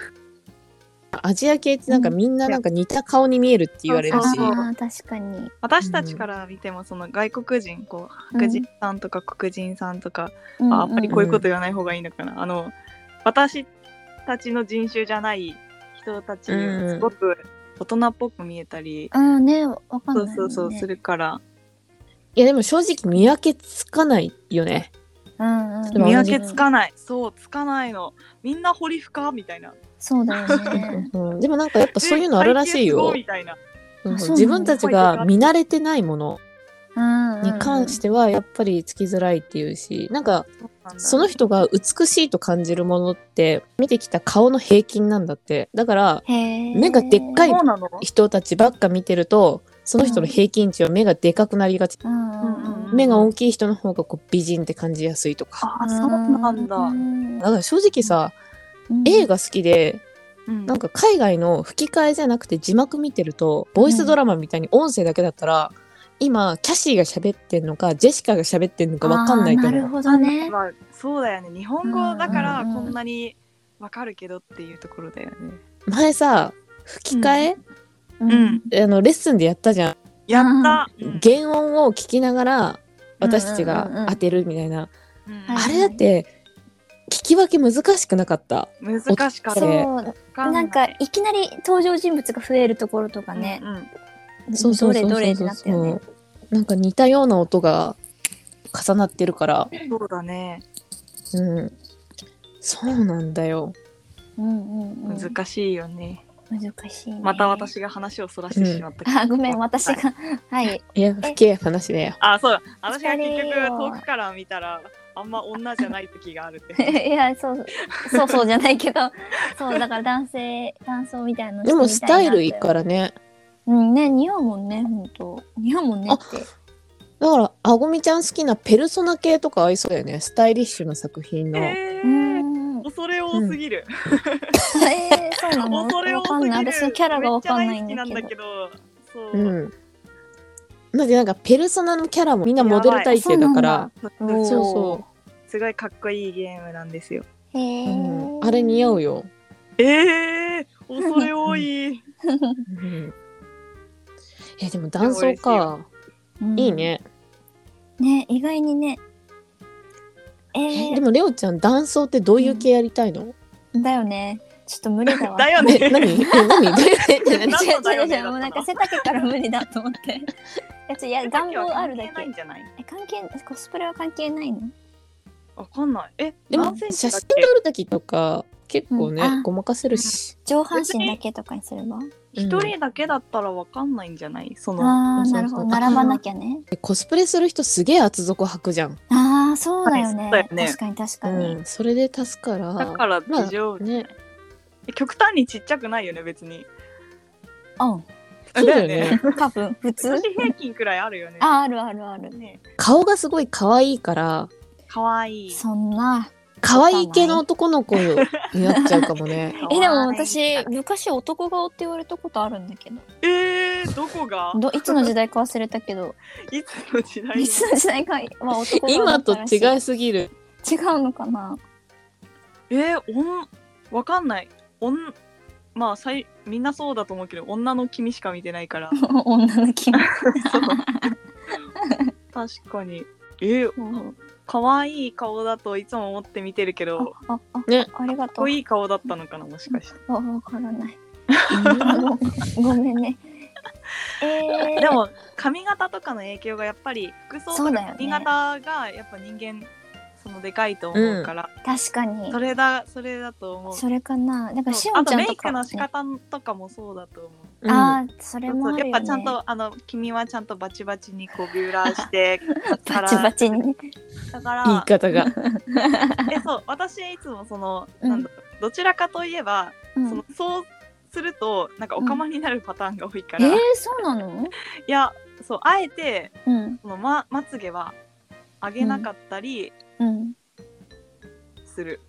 Speaker 4: アジア系ってなんかみんななんか似た顔に見えるって言われ
Speaker 3: あ
Speaker 4: るし
Speaker 2: そう
Speaker 3: あ、確かに。
Speaker 2: 私たちから見てもその外国人こう白人さんとか黒人さんとか、あやっぱりこういうこと言わない方がいいのかな、あの私たちの人種じゃない人たち
Speaker 4: うん
Speaker 2: すごく大人っぽく見えたり、
Speaker 3: うんうん。ああ、ね、わかんない、ね。
Speaker 2: そうそうそうするから
Speaker 4: いやでも正直見分けつかないよね
Speaker 3: うんうん。
Speaker 4: でも
Speaker 2: 見分けつ。かないそうつかないのみんな掘り深みたいな
Speaker 3: そうだよ ね。
Speaker 4: うんでもなんかやっぱそういうのあるらしい
Speaker 2: え階級す
Speaker 4: よ
Speaker 2: ごみたいな
Speaker 4: うん
Speaker 3: あそうなんだ
Speaker 4: 自分たちが見慣れてないもの
Speaker 3: うん、うん。
Speaker 4: に関してはやっぱりつきづらいっていうしなんか
Speaker 2: そうなんだ
Speaker 4: その人が美しいと感じるものって見てきた顔の平均なんだってだから
Speaker 3: て。へえ。
Speaker 4: 目がでっかい
Speaker 2: そうなの
Speaker 4: 人たちばっか見てるとその人の平均値は目がでかくなりがち
Speaker 3: うんうんうん。
Speaker 4: 目が大きい人の方がこう美人って感じやすいとか
Speaker 2: あそうなんだ、
Speaker 4: だから正直さ映画好きで
Speaker 2: うん
Speaker 4: なんか海外の吹き替えじゃなくて字幕見てるとボイスドラマみたいに音声だけだったら、今キャシーが喋ってんのかジェシカが喋ってんのか分かんないと
Speaker 3: な
Speaker 4: 思
Speaker 3: る
Speaker 4: う。
Speaker 3: ほどね。
Speaker 2: まあ、そうだよね日本語だから
Speaker 3: うんうんう
Speaker 2: こ
Speaker 3: ん
Speaker 2: んなにわかるけどっていうところだよね、
Speaker 4: 前さ吹き替
Speaker 3: うん
Speaker 2: うん。
Speaker 4: え、あのレッスンでやったじゃん、
Speaker 2: やった、うん
Speaker 4: 原音を聞きながら私たち
Speaker 3: うんうんうん
Speaker 4: が当てるみたいな、
Speaker 2: うん
Speaker 3: はい
Speaker 4: あれだって聞き分け難しくなかった。
Speaker 2: 難しかった
Speaker 4: お疲れ
Speaker 3: そう。
Speaker 2: わかん
Speaker 3: なんか、いきなり登場人物が増えるところとかね。
Speaker 2: うんうん
Speaker 4: そうそうそう
Speaker 3: どれどれ
Speaker 4: そ
Speaker 3: っ
Speaker 4: う
Speaker 3: て
Speaker 4: そう
Speaker 3: なったよね。
Speaker 4: なんか似たような音が重なってるから、
Speaker 2: そうだね
Speaker 4: うん、そうなんだよ。
Speaker 3: うんうんうん。
Speaker 2: 難しいよね、
Speaker 3: 難しい、ね。
Speaker 2: また。私が話をそらしてしまったけど、
Speaker 3: あ、ごめん、私
Speaker 2: はい
Speaker 3: が。はい。
Speaker 4: いや、不敬話だよ。
Speaker 2: あそうだ私が結
Speaker 3: 疲れよ
Speaker 2: 局遠くから見たらあんま女じゃない時があるって
Speaker 3: いや、そう、そうそうじゃないけど。そう、だから男性、男装みたいなのしてみたい
Speaker 4: で
Speaker 3: な
Speaker 4: もスタイルいいからね。
Speaker 3: うん、ね、似合うもんね、本当。似合うもんねって。
Speaker 4: だから、あごみちゃん好きなペルソナ系とか合いそうだよね。スタイリッシュな作品の。
Speaker 2: え
Speaker 3: う
Speaker 2: ー
Speaker 3: ん。え
Speaker 2: 恐れ多すぎる、
Speaker 3: ー、そうなの。
Speaker 2: 恐れ
Speaker 3: わ
Speaker 2: 多
Speaker 3: か
Speaker 2: す
Speaker 3: ん
Speaker 2: ぎ
Speaker 3: な
Speaker 2: る
Speaker 3: い。私のキャラがわかんないん
Speaker 2: めっち
Speaker 3: だ
Speaker 2: ゃ大好きなん
Speaker 3: け
Speaker 2: だ
Speaker 3: ど。
Speaker 2: けどそう、
Speaker 4: うん。だってなんかペルソナのキャラもみんなモデル体型だから。
Speaker 2: そう
Speaker 4: そ
Speaker 2: そう
Speaker 4: うそ
Speaker 2: すごいかっこいいゲームなんですよ
Speaker 3: へ
Speaker 4: う、
Speaker 3: え、
Speaker 4: うん。あれ似合う
Speaker 3: よ。
Speaker 4: よ。
Speaker 2: ええー、恐れ多い
Speaker 4: うんえ、でも男装か。いい。ね。
Speaker 3: ね、意外にね。え
Speaker 4: え
Speaker 3: ー
Speaker 4: でもレオちゃん、男装ってどういう系やりたいの
Speaker 3: だよね。ちょっと無理だわ。
Speaker 2: だよね
Speaker 4: え、何 え、何どういう系
Speaker 3: 違う違う
Speaker 2: 何だよ
Speaker 3: 違
Speaker 2: ね
Speaker 3: う、もうなんか背丈から無理だと思って。いや、ちょいや、願望あるだ
Speaker 2: 関係な
Speaker 3: け
Speaker 2: いん。じゃない
Speaker 3: え、関係、コスプレは関係ないの。
Speaker 2: わかんないえ
Speaker 4: でも
Speaker 2: 何セン、チ
Speaker 4: 写
Speaker 2: だっ
Speaker 4: 真
Speaker 2: け
Speaker 4: 撮るときとか、結構ね
Speaker 3: うんあ、
Speaker 4: ごまかせるし。
Speaker 3: 上半身だけとかにすれば。
Speaker 4: うん
Speaker 2: 一人だけだったらわかんないんじゃないその
Speaker 3: ああ、
Speaker 4: そうそうそ
Speaker 3: な
Speaker 4: う
Speaker 3: るほど。
Speaker 4: あ
Speaker 3: 並ばなきゃね。
Speaker 4: コスプレする人すげえ厚底履くじゃん。
Speaker 3: ああ、そうだよね。
Speaker 2: はいそうだよね
Speaker 3: 確かに確
Speaker 4: う
Speaker 3: かに。
Speaker 4: ん、それで足すから。
Speaker 2: だから
Speaker 4: ま
Speaker 2: 大丈夫、
Speaker 4: あね。
Speaker 2: 極端にちっちゃくないよね別に
Speaker 3: うん。
Speaker 4: そうだよね。
Speaker 3: 多分、普
Speaker 2: 女
Speaker 3: 通
Speaker 2: 子。平均くらいあるよね
Speaker 3: あー、あるあるある。
Speaker 2: ね
Speaker 4: 顔がすごい可愛いから、
Speaker 2: 可愛いい
Speaker 3: そんな。
Speaker 4: 可愛い系の男の子になっちゃうか もね。
Speaker 3: え、でも私、昔男顔って言われたことあるんだけど。
Speaker 2: えー、どこが
Speaker 3: どいつの時代か忘れたけど、
Speaker 2: いつの時代
Speaker 3: いつの時代か、まあ男顔だ
Speaker 4: 今
Speaker 3: っ
Speaker 4: と
Speaker 3: たらしい
Speaker 4: 違いすぎる。
Speaker 3: 違うのかな
Speaker 2: えー、おんわかんないおんまあさいみんなそうだと思うけど女の君しか見てないから
Speaker 3: 女の気持ち。
Speaker 2: そう確かにえー、可愛い顔だといつも思って見てるけどか
Speaker 3: あ、あ、
Speaker 4: ね
Speaker 3: ありが
Speaker 2: っ
Speaker 3: とう
Speaker 2: こ。いい顔だったのかなもしかして
Speaker 3: わわからない。ごめんね。え ー、
Speaker 2: でも髪型とかの影響がやっぱり服装
Speaker 3: そう
Speaker 2: と
Speaker 3: だ
Speaker 2: か
Speaker 3: よね
Speaker 2: 髪型がやっぱ人間そのでかいと思うから、
Speaker 3: 確かに
Speaker 2: それだそれだと思う
Speaker 3: それかななんかし
Speaker 2: そう
Speaker 3: お
Speaker 2: あ
Speaker 3: ち
Speaker 2: と
Speaker 3: ゃん
Speaker 2: メ
Speaker 3: と
Speaker 2: イク
Speaker 3: か、
Speaker 2: の仕方とかもそうだと思う、
Speaker 4: うん
Speaker 3: ああそれ
Speaker 2: そう
Speaker 3: もあ
Speaker 2: そう
Speaker 3: るよ、
Speaker 2: や
Speaker 3: ね、
Speaker 2: っぱちゃんとあの君はちゃんとバチバチにこうビューラーしてだか
Speaker 3: バ
Speaker 2: ら
Speaker 3: チバチにね
Speaker 2: だから
Speaker 4: 言い方が。
Speaker 2: えそう私いつもその、
Speaker 3: うん
Speaker 2: なんだろうどちらかといえば、
Speaker 3: うん
Speaker 2: そのそうするとなんかおかまになるパターンが多いか
Speaker 3: え
Speaker 2: ら、
Speaker 3: ー
Speaker 2: い、
Speaker 3: そうなの
Speaker 2: やそうあえて
Speaker 3: うん
Speaker 2: そのままつげは上げなかったり
Speaker 3: うん
Speaker 2: する、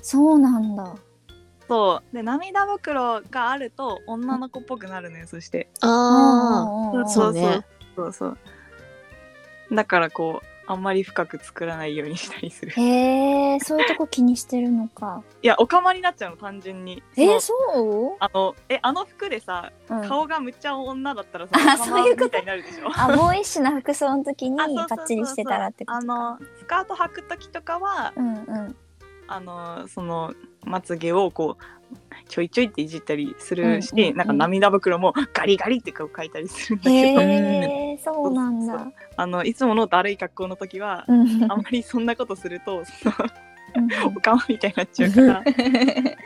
Speaker 3: そうなんだ
Speaker 2: そうで涙袋があると女の子っぽくなるのよそして
Speaker 4: あ
Speaker 3: うんうんうん
Speaker 4: そうね
Speaker 2: そうそうだからこうあんまり深く作らないようにしたりする
Speaker 3: へえそういうとこ気にしてるのか
Speaker 2: いやおかまになっちゃうの単純に
Speaker 3: えー、
Speaker 2: その
Speaker 3: そう、
Speaker 2: あのえあの服でさ
Speaker 3: うん、
Speaker 2: 顔がむっちゃ女だったらさ、
Speaker 3: あ
Speaker 2: おかま
Speaker 3: そういうこと
Speaker 2: みたいになるでしょ
Speaker 3: あボーイッシュな服装の時に
Speaker 2: あそうそうそう
Speaker 3: パ
Speaker 2: そう
Speaker 3: ッチリしてたらってこと
Speaker 2: あのスカート履く時とかは
Speaker 3: うんうん
Speaker 2: あのそのまつげをこうちょいちょいっていじったりす
Speaker 3: うん
Speaker 2: るし、
Speaker 3: うんうん
Speaker 2: なんか涙袋もガリガリってこう書いたりするんだけど、
Speaker 3: へえそうなん
Speaker 2: そうそ
Speaker 3: だ
Speaker 2: あのいつものだるい格好の時は、
Speaker 3: うんうん
Speaker 2: あんまりそんなことするとその
Speaker 3: うん
Speaker 2: おかまみたいになっちゃうから控え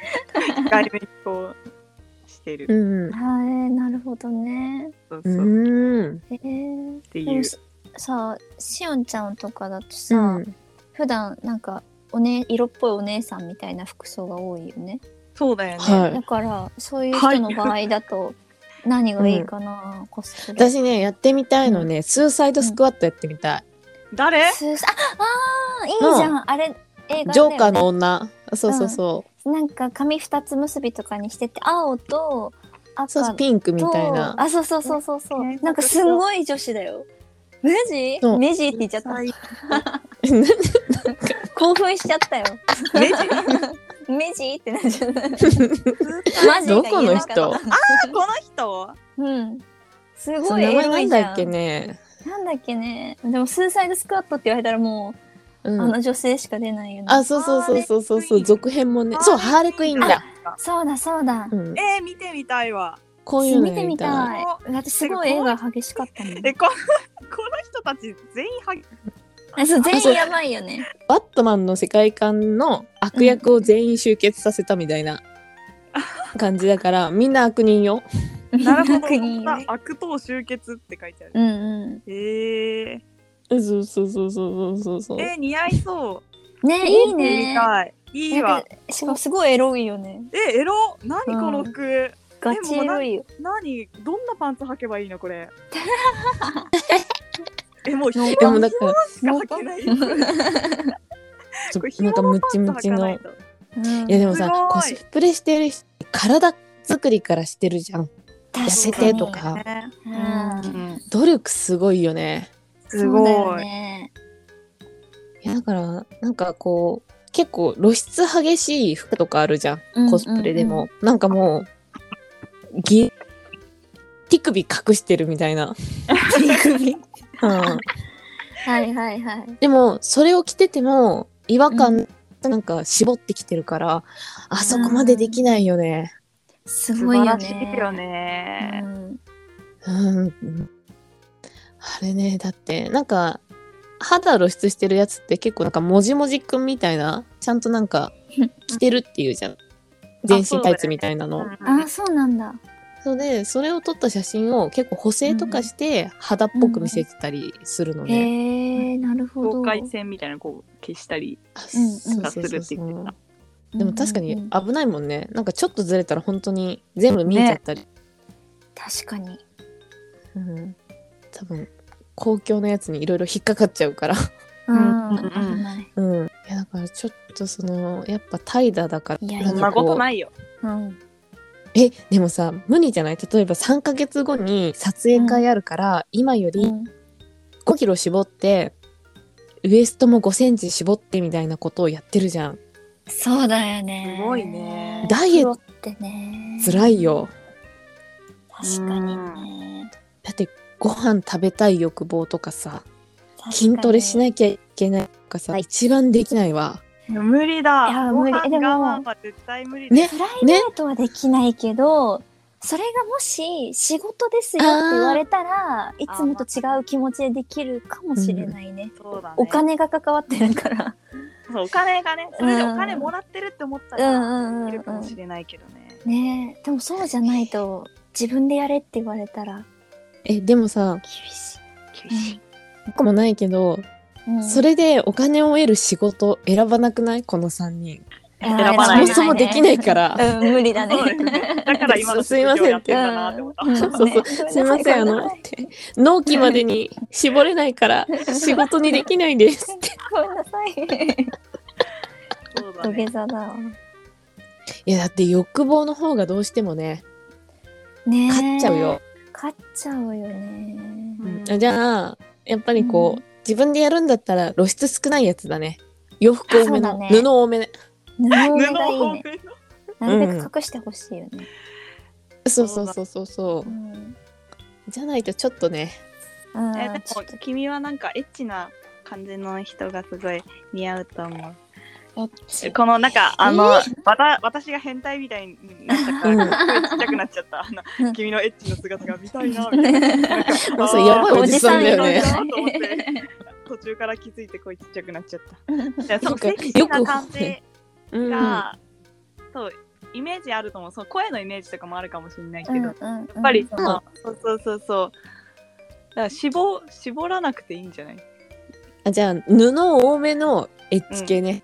Speaker 2: めにこうしてる、
Speaker 4: うん。
Speaker 3: はい、なるほどね。
Speaker 2: そう
Speaker 4: う
Speaker 2: そう、っ
Speaker 4: ん。
Speaker 3: えー、
Speaker 2: て
Speaker 3: で
Speaker 2: い
Speaker 3: も
Speaker 2: う
Speaker 3: しさあしおんちゃんとかだとさ、
Speaker 4: うん。
Speaker 3: 普段なんかお、ね、色っぽいお姉さんみたいな服装が多いよね。
Speaker 2: そうだよね、
Speaker 4: はい
Speaker 3: だからそういう人の場合だと何がいいかな、コスプレ。
Speaker 4: 私ね、やってみたいのね、スーサイドスクワットやってみたい。
Speaker 2: 誰
Speaker 3: すああーいいじゃんあれ映画だよね
Speaker 4: ジョーカーの女。そうそうそう。
Speaker 3: なんか髪二つ結びとかにしてて青と赤
Speaker 4: そうそう、
Speaker 3: と
Speaker 4: ピンクみたいな。
Speaker 3: あそうそうそうそうそう、
Speaker 2: ね
Speaker 3: なんかすんごい女子だよ。メジ
Speaker 4: そう
Speaker 3: メジって言っちゃった。
Speaker 4: なんで
Speaker 3: 興奮しちゃったよ。
Speaker 2: メジ
Speaker 3: メジってなっちゃ った。マジ
Speaker 4: どこの人
Speaker 2: この人
Speaker 3: うん。す
Speaker 4: そ
Speaker 3: ご
Speaker 4: の
Speaker 3: い
Speaker 4: 名
Speaker 3: エ
Speaker 4: 前
Speaker 3: ロ
Speaker 4: ないん
Speaker 3: じゃん。
Speaker 4: だっけね。
Speaker 3: なんだっけね。でもスーサイドスクワットって言われたらも
Speaker 4: う
Speaker 3: う、
Speaker 4: ん
Speaker 3: あの女性しか出ないよね。
Speaker 4: あ、そうそうそうそうそうそう、続編もね。そう、ハーレクイーンだ。
Speaker 3: そうだそうだ
Speaker 4: う。ん、
Speaker 2: えー、見てみたいわ
Speaker 4: こういうの
Speaker 3: 見
Speaker 4: や
Speaker 3: て
Speaker 4: り
Speaker 3: み
Speaker 4: たい。
Speaker 3: たい。だってすごい絵が激しかった もん。
Speaker 2: でこの この人たち全員は
Speaker 3: あそう全員やばいよね。
Speaker 4: バットマンの世界観の悪役を全員集結させたみたいな感じだから、みんな悪人よ。
Speaker 2: なる ほど
Speaker 3: 悪人よね
Speaker 2: 悪党集結って書いてある
Speaker 3: うんう
Speaker 2: え
Speaker 4: そうそうそうそうそうそうそ
Speaker 2: ー、
Speaker 4: う。
Speaker 2: えー、似合いそ
Speaker 3: ん。ね
Speaker 2: う
Speaker 3: いい
Speaker 2: 見
Speaker 3: ね。
Speaker 2: たいいい
Speaker 3: な
Speaker 2: わ
Speaker 3: んかしかもすごいエロいよね。
Speaker 2: えエロ何この服、
Speaker 3: ガチエロいよ。
Speaker 2: 何どんなパンツ履けばいいのこ れえもう紐
Speaker 4: でもだから、
Speaker 2: しか履けないよこれ
Speaker 4: そう
Speaker 2: これ紐
Speaker 4: なんかムチム
Speaker 2: パンツ
Speaker 4: チ
Speaker 2: 履か
Speaker 4: の。
Speaker 2: ない
Speaker 4: い
Speaker 2: と
Speaker 3: うん
Speaker 4: やでもさ
Speaker 2: すごい、
Speaker 4: コスプレしてる人、体作りからしてるじゃん。痩せてと
Speaker 3: 確
Speaker 4: か、
Speaker 2: ね
Speaker 3: に
Speaker 2: う
Speaker 3: うん
Speaker 2: ん
Speaker 4: 努力すごいよね。
Speaker 2: す
Speaker 3: そうだ
Speaker 2: ご
Speaker 3: よ
Speaker 2: い
Speaker 3: ね
Speaker 4: いやだから、なんかこう、結構露出激しい服とかあるじゃん。
Speaker 3: うん
Speaker 4: コスプレでも、なんかもうぎ手首隠してるみたいな、うん、
Speaker 3: はいはいはい
Speaker 4: でもそれを着てても違和感なんか絞ってきてるから、あそこまでできないよね、
Speaker 3: す
Speaker 2: 素
Speaker 3: ごい
Speaker 2: 晴
Speaker 3: よ
Speaker 2: らし
Speaker 3: ね
Speaker 2: いよ
Speaker 3: う
Speaker 2: ね
Speaker 3: ん
Speaker 4: うん、あれねだってなんか肌露出してるやつって結構なんかもじもじくんみたいなちゃんとなんか着てるっていうじゃん全身タイツみたいなの、
Speaker 3: あそうなんだ
Speaker 4: そうでそれを撮った写真を結構補正とかして肌っぽく見せてたりするの
Speaker 3: へ
Speaker 4: ね。
Speaker 3: えなるほど
Speaker 2: 境界線みたいなのこう消したり
Speaker 4: あ
Speaker 3: うんうん
Speaker 4: そうそうそう
Speaker 2: す
Speaker 4: そ
Speaker 2: るって言って
Speaker 4: うでも確か
Speaker 3: うんうんう
Speaker 4: に
Speaker 3: ん
Speaker 4: 危ないもんね。なんかちょっとずれたら本当に全部見えちゃったり。
Speaker 3: 確かに
Speaker 4: うん、多分公共のやつにいろいろ引っかかっちゃうから。
Speaker 3: う
Speaker 2: うんうんう
Speaker 3: ん
Speaker 2: ん
Speaker 3: 危ない
Speaker 4: うん、いやだからちょっとそのやっぱ怠惰だから
Speaker 3: いや
Speaker 4: な
Speaker 2: そん
Speaker 4: ん
Speaker 2: な
Speaker 4: か
Speaker 2: こと
Speaker 4: こう
Speaker 2: ないよ
Speaker 3: うん
Speaker 4: えでもさ無理じゃない例えば3ヶ月後に撮影会あるから、今より
Speaker 3: うん
Speaker 4: 5キロ絞ってウエストも5センチ絞ってみたいなことをやってるじゃん
Speaker 3: そうだよね
Speaker 2: すごいね
Speaker 4: ダイエット
Speaker 3: トってね
Speaker 4: 辛いよ
Speaker 3: 確かにね
Speaker 4: だってご飯食べたい欲望とかさ
Speaker 3: 確かに
Speaker 4: 筋トレしなきゃいけないとかさ、
Speaker 3: はい
Speaker 4: 一番できないわ
Speaker 2: 無理だ
Speaker 3: いや無理
Speaker 2: ご飯
Speaker 3: でも
Speaker 2: 我慢は絶対無理だ
Speaker 4: ね
Speaker 3: プライベートはできないけど、それがもし仕事ですよって言われたらいつもと違う気持ちでできるかもしれないね。
Speaker 2: そうだね
Speaker 3: お金が関わってるから。
Speaker 2: そうお金がねそれでお金
Speaker 3: うん
Speaker 2: もらってるって思った
Speaker 3: うん
Speaker 2: ら
Speaker 3: うん
Speaker 2: いうる
Speaker 3: ん
Speaker 2: かも
Speaker 3: う
Speaker 2: しれないけどね、
Speaker 3: ん。ねえでもそうじゃないと自分でやれって言われたら
Speaker 4: え、でもさ、
Speaker 3: 厳し
Speaker 2: 厳しい
Speaker 4: 僕もないけど、
Speaker 3: い。うん
Speaker 4: それでお金を得る仕事選ばなくないこの3人。
Speaker 3: 選
Speaker 2: 選ば
Speaker 4: そ
Speaker 2: ない
Speaker 4: も
Speaker 2: ね
Speaker 4: そもできないから。
Speaker 3: うん、無理だね。
Speaker 2: そうです ねだから今の
Speaker 4: そうすいま
Speaker 2: 職
Speaker 4: せん
Speaker 2: 業やってんだなって思った、
Speaker 3: うん
Speaker 4: そうそう
Speaker 3: ね
Speaker 4: すいません、あの、って納期までに絞れないから 仕事にできないですって。
Speaker 3: ごめんなさい。
Speaker 2: そうだ
Speaker 3: 土下
Speaker 2: ね
Speaker 3: 座だわ。
Speaker 4: いや、だって欲望の方がどうしてもね、
Speaker 3: ねえ
Speaker 4: 勝っちゃうよ。。
Speaker 3: 勝っちゃうよね。
Speaker 4: じゃあ、やっぱりこう、
Speaker 3: う
Speaker 4: 自分でやるんだったら露出少ないやつだね。洋服多め
Speaker 3: あそ
Speaker 4: の、
Speaker 3: うだね
Speaker 4: 布多めね。
Speaker 3: 布
Speaker 2: 布
Speaker 3: がいい
Speaker 2: を
Speaker 3: ね。なるべく隠してほしいよね。
Speaker 4: そうそうそうそうそうう。
Speaker 3: ん。
Speaker 4: じゃないとちょっとね。
Speaker 3: うん
Speaker 2: えでも
Speaker 3: ちょっと
Speaker 2: 君はなんかエッチな感じの人がすごい似合うと思う。 このなんかあの、わた私が変態みたいになったから、すごいちっちゃくなっちゃった。あ
Speaker 3: うん
Speaker 2: の君のエッチの姿が見たいなみたい な。なんか
Speaker 4: もうそれやばいおじさんだよ
Speaker 2: お
Speaker 4: ね
Speaker 2: じ。さんだよなと思って途中から気づいてこいちっちゃくなっちゃ った。いやその
Speaker 4: なんか
Speaker 2: セクシー
Speaker 4: よ
Speaker 2: な
Speaker 4: く
Speaker 2: 感じ
Speaker 4: うん、
Speaker 2: が、そうイメージあると思う。その声のイメージとかもあるかもしれないけ
Speaker 3: う
Speaker 2: ど、
Speaker 3: ん
Speaker 2: やっ
Speaker 3: うんうん
Speaker 2: ぱりその、そうそうそうそう。だから絞絞らなくていいんじゃない？
Speaker 4: あじゃあ布多めのエッジ系ね、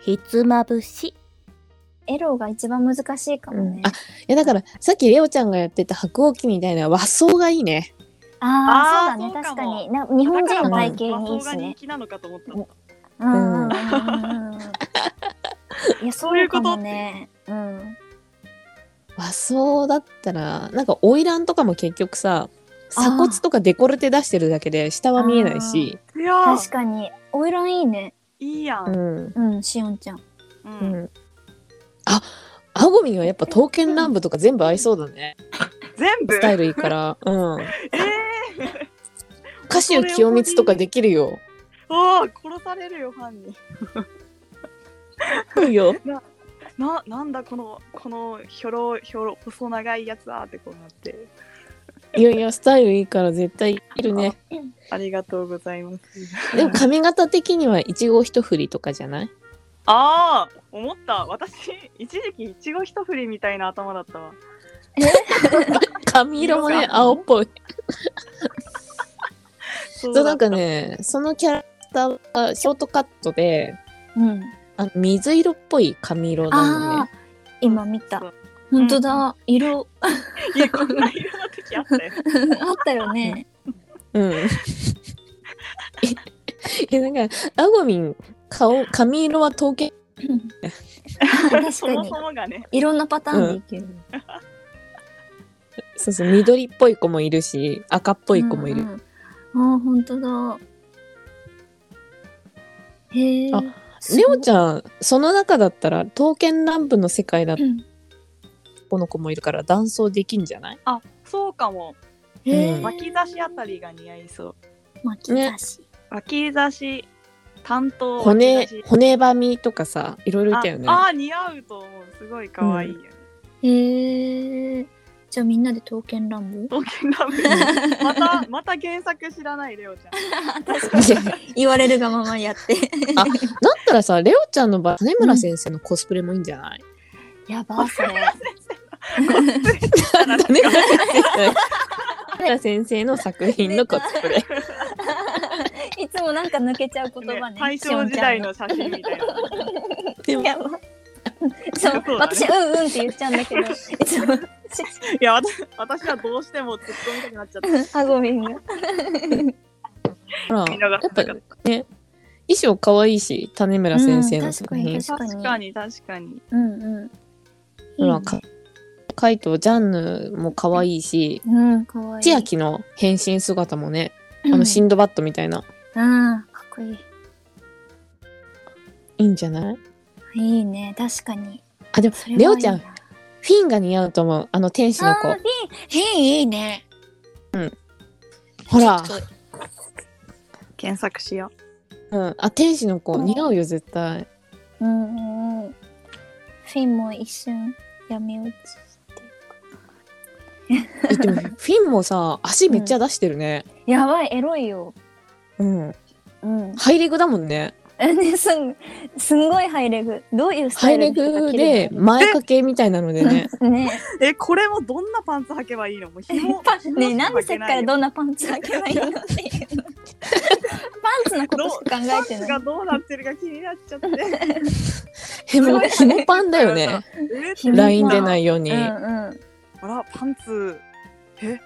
Speaker 1: ひつまぶし
Speaker 3: エロが一番難しいかもね。
Speaker 4: あいやだからさっきレオちゃんがやってた白鸚記みたいな和装がいいね
Speaker 3: ああそう
Speaker 2: あーそ
Speaker 3: だね
Speaker 2: う
Speaker 3: 確
Speaker 2: か
Speaker 3: か
Speaker 2: も
Speaker 3: にな日本人
Speaker 2: だ
Speaker 3: の体
Speaker 2: から
Speaker 3: 型にいい
Speaker 2: 和装が
Speaker 3: し
Speaker 2: 人
Speaker 3: ね。
Speaker 2: 気なのかと思った。
Speaker 3: うんう
Speaker 4: が
Speaker 3: んうんうん
Speaker 4: 人
Speaker 3: うんうんいや
Speaker 2: そ
Speaker 3: そう
Speaker 2: いううこ
Speaker 3: か
Speaker 2: と
Speaker 3: もね。うん。
Speaker 4: 和装だったらなんか花魁とかも結局さ鎖骨とかデコルテ出してるだけで下は見えないし、
Speaker 2: いや
Speaker 3: 確
Speaker 2: ー
Speaker 3: かにオイランいいね。
Speaker 2: いいや。
Speaker 4: うんん
Speaker 3: うんしおんちゃん。
Speaker 2: う、
Speaker 4: うんん、ああごみはやっぱ刀剣乱舞とか全部合いそうだね
Speaker 2: 全部
Speaker 4: スタイルいいから、うん、
Speaker 2: え
Speaker 4: 歌手清光とかできるよ
Speaker 2: ー、おー殺されるよファンに。
Speaker 4: いいよ
Speaker 2: ななんだこのこのひょろひょろ細長いやつだってこうなって。
Speaker 4: いやいやスタイルいいから絶対いけるね
Speaker 2: ありがとうございます。
Speaker 4: でも髪型的には一号一振りとかじゃない
Speaker 2: ああ思った私一時期いちご一振りみたいな頭だったわ。
Speaker 4: 髪色も
Speaker 2: 色
Speaker 4: ね
Speaker 2: が
Speaker 4: 青っぽい
Speaker 2: そ
Speaker 4: そうなん
Speaker 2: だ
Speaker 4: か
Speaker 2: った
Speaker 4: ねそのキャラクターがショートカットで
Speaker 3: うん。
Speaker 4: あの水色っぽい髪色なの
Speaker 3: ああ
Speaker 4: ね
Speaker 3: 今見た
Speaker 2: そう。
Speaker 3: 本当だ色
Speaker 2: いやこんな色の時あったよ。
Speaker 3: あったよね。
Speaker 4: うん えなんかあごみん顔髪色は統計
Speaker 3: 確かに
Speaker 2: そもそもがね。
Speaker 3: いろんなパターンでいける。
Speaker 4: そうそう緑っぽい子もいるし赤っぽい子もいる、
Speaker 3: うんうん。ああ本当だ。へえ。
Speaker 4: あレオち
Speaker 3: ゃん。
Speaker 4: ゃんその中だったら刀剣乱舞の世界だと
Speaker 3: うん
Speaker 4: この子もいるから断層できんじゃない
Speaker 2: あそうかも。
Speaker 3: へえ。
Speaker 4: うん
Speaker 2: 脇差しあたりが似合いそう。
Speaker 3: 巻き出し。
Speaker 2: 脇差し担当
Speaker 4: 骨
Speaker 2: 脇差し
Speaker 4: 骨ばみとかさいろいろいたよね
Speaker 2: ああー似合うと思うすごい可愛いよ、
Speaker 3: へえ。じゃあみんなで刀剣乱舞
Speaker 2: 刀剣乱舞また また原作知らないレオちゃん
Speaker 3: 確
Speaker 4: いや
Speaker 3: 言われるがままやって。
Speaker 4: あだったらさレオちゃんの場合金村先生のコスプレもいいんじゃない、
Speaker 3: やばそれ。
Speaker 4: 金村先生金村先生の作品のコスプレ
Speaker 3: いつもなんか抜けちゃう言葉
Speaker 2: ね
Speaker 3: ね。
Speaker 2: 大正時代の写真みたい な
Speaker 4: で
Speaker 3: しおんちゃんの。やば。
Speaker 4: も
Speaker 3: そう、
Speaker 2: そうだね
Speaker 3: 私うんうんって言っちゃうんだけど、いつも
Speaker 2: いやわた私はどうしても突っ込みたくなっちゃった
Speaker 3: あごみんが。
Speaker 4: ほら
Speaker 2: みんなが
Speaker 4: やっぱ衣装可愛いし金村先生の作
Speaker 3: う
Speaker 4: 品
Speaker 3: ん、確
Speaker 2: 確かに確かに
Speaker 3: うんうん。
Speaker 4: ほらかカイトジャンヌも可愛いし
Speaker 3: うん、かわいい。
Speaker 4: 千秋の変身姿もねあ
Speaker 3: う
Speaker 4: の
Speaker 3: ん
Speaker 4: シンドバッドみたいな、
Speaker 3: うん、かっこいい。
Speaker 4: いいんじゃない
Speaker 3: いいね、確かに。
Speaker 4: あでも
Speaker 3: それはいい
Speaker 4: レ
Speaker 3: な
Speaker 4: オちゃんフィンが似合うと思うあの天使の子
Speaker 3: あーフィン、フィンいいね。
Speaker 4: ほら
Speaker 3: ちょっと
Speaker 2: 検索しよ
Speaker 4: うん、あ天使の子似合うよ絶対
Speaker 3: うんうん。フィンも一瞬闇落ちって
Speaker 4: えでもフィンもさ足めっちゃ出してるね
Speaker 3: やばい、エロいよ。
Speaker 4: うん、
Speaker 3: うん。
Speaker 4: ハイレグだもんね。
Speaker 3: ね、すん、すんごいハイレグ。どういうス
Speaker 4: ハ
Speaker 3: タイ
Speaker 4: イ
Speaker 3: ル
Speaker 4: レグで前掛けみたいなのでね。
Speaker 3: で。ね、
Speaker 2: え、これもどんなパンツ履けばいいの もう紐
Speaker 3: パンね、
Speaker 2: 紐し
Speaker 3: な
Speaker 2: か
Speaker 3: んで
Speaker 2: 履
Speaker 3: さっ
Speaker 2: けな
Speaker 3: き
Speaker 2: い
Speaker 3: からどんなパンツ履けばいいのっていう。パンツのことしか考えて
Speaker 2: パ
Speaker 3: な
Speaker 2: ン
Speaker 3: い。
Speaker 2: ツがどうなってるか気になっちゃって
Speaker 4: ひも、
Speaker 3: す
Speaker 4: ひ
Speaker 3: ごい
Speaker 4: もパンだよね。
Speaker 2: え
Speaker 3: うん
Speaker 4: ライン出ないいように。
Speaker 3: うんうん。
Speaker 2: あらパンツえ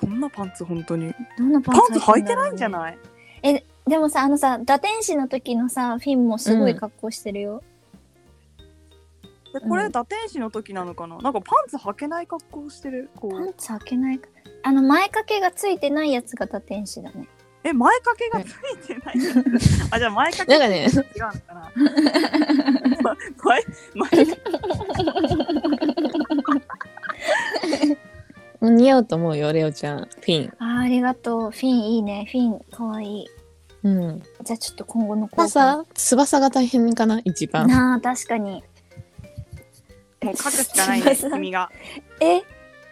Speaker 2: どんなパンツ本当に
Speaker 3: どんなパ
Speaker 2: パ
Speaker 3: ン
Speaker 2: ンツ
Speaker 3: ツ
Speaker 2: 履いてないんじゃ
Speaker 3: い
Speaker 2: ない
Speaker 3: でもさ、あのさ、打天使の時のさ、フィンもすごい格好してるよ。
Speaker 2: でこ
Speaker 3: う
Speaker 2: れ
Speaker 3: ん
Speaker 2: 打天使の時なのかななんかパンツ履けない格好してるこ
Speaker 3: パ
Speaker 2: う
Speaker 3: ンツ開けないか。あの前掛けがついてないやつが堕天使だね。
Speaker 2: え前掛けがついてないあじゃあ前掛け
Speaker 4: なんかね
Speaker 2: 違うのかな ま前前掛け
Speaker 4: 似合うと思うよ、レオちゃん。フィン。
Speaker 3: あーありがとう。フィンいいね。フィンかわいい。
Speaker 4: うん。
Speaker 3: じゃあちょっと今後の交換。
Speaker 4: 翼翼が大変かな、一番。
Speaker 3: なあ確かに。
Speaker 2: もう書くしかないね君が
Speaker 3: え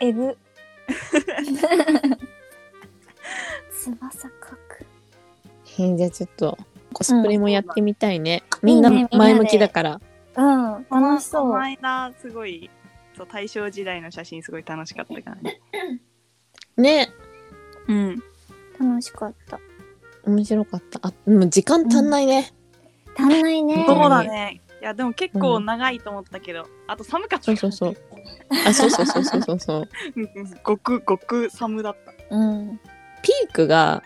Speaker 3: えぐ。翼かく。
Speaker 4: へんじゃあちょっと、コスプレもやってみたいね。みん
Speaker 3: いいね
Speaker 4: な
Speaker 3: みんなで
Speaker 4: 前向きだから。
Speaker 3: うん楽し
Speaker 2: こ
Speaker 3: そう
Speaker 2: の。間すごいそう大正時代の写真すごい楽しかったからね
Speaker 4: ね。
Speaker 2: うん
Speaker 3: 楽しかった。
Speaker 4: 面白かった。あ、でも時間足んないね。
Speaker 3: 足んないね。
Speaker 2: そうだね。いやでも結構長いと思ったけど、あと寒かったから。
Speaker 4: そうそうそう。あ、そうそうそうそうそうそう。
Speaker 2: うんうんごくごく寒だった。
Speaker 3: うん。
Speaker 4: ピークが、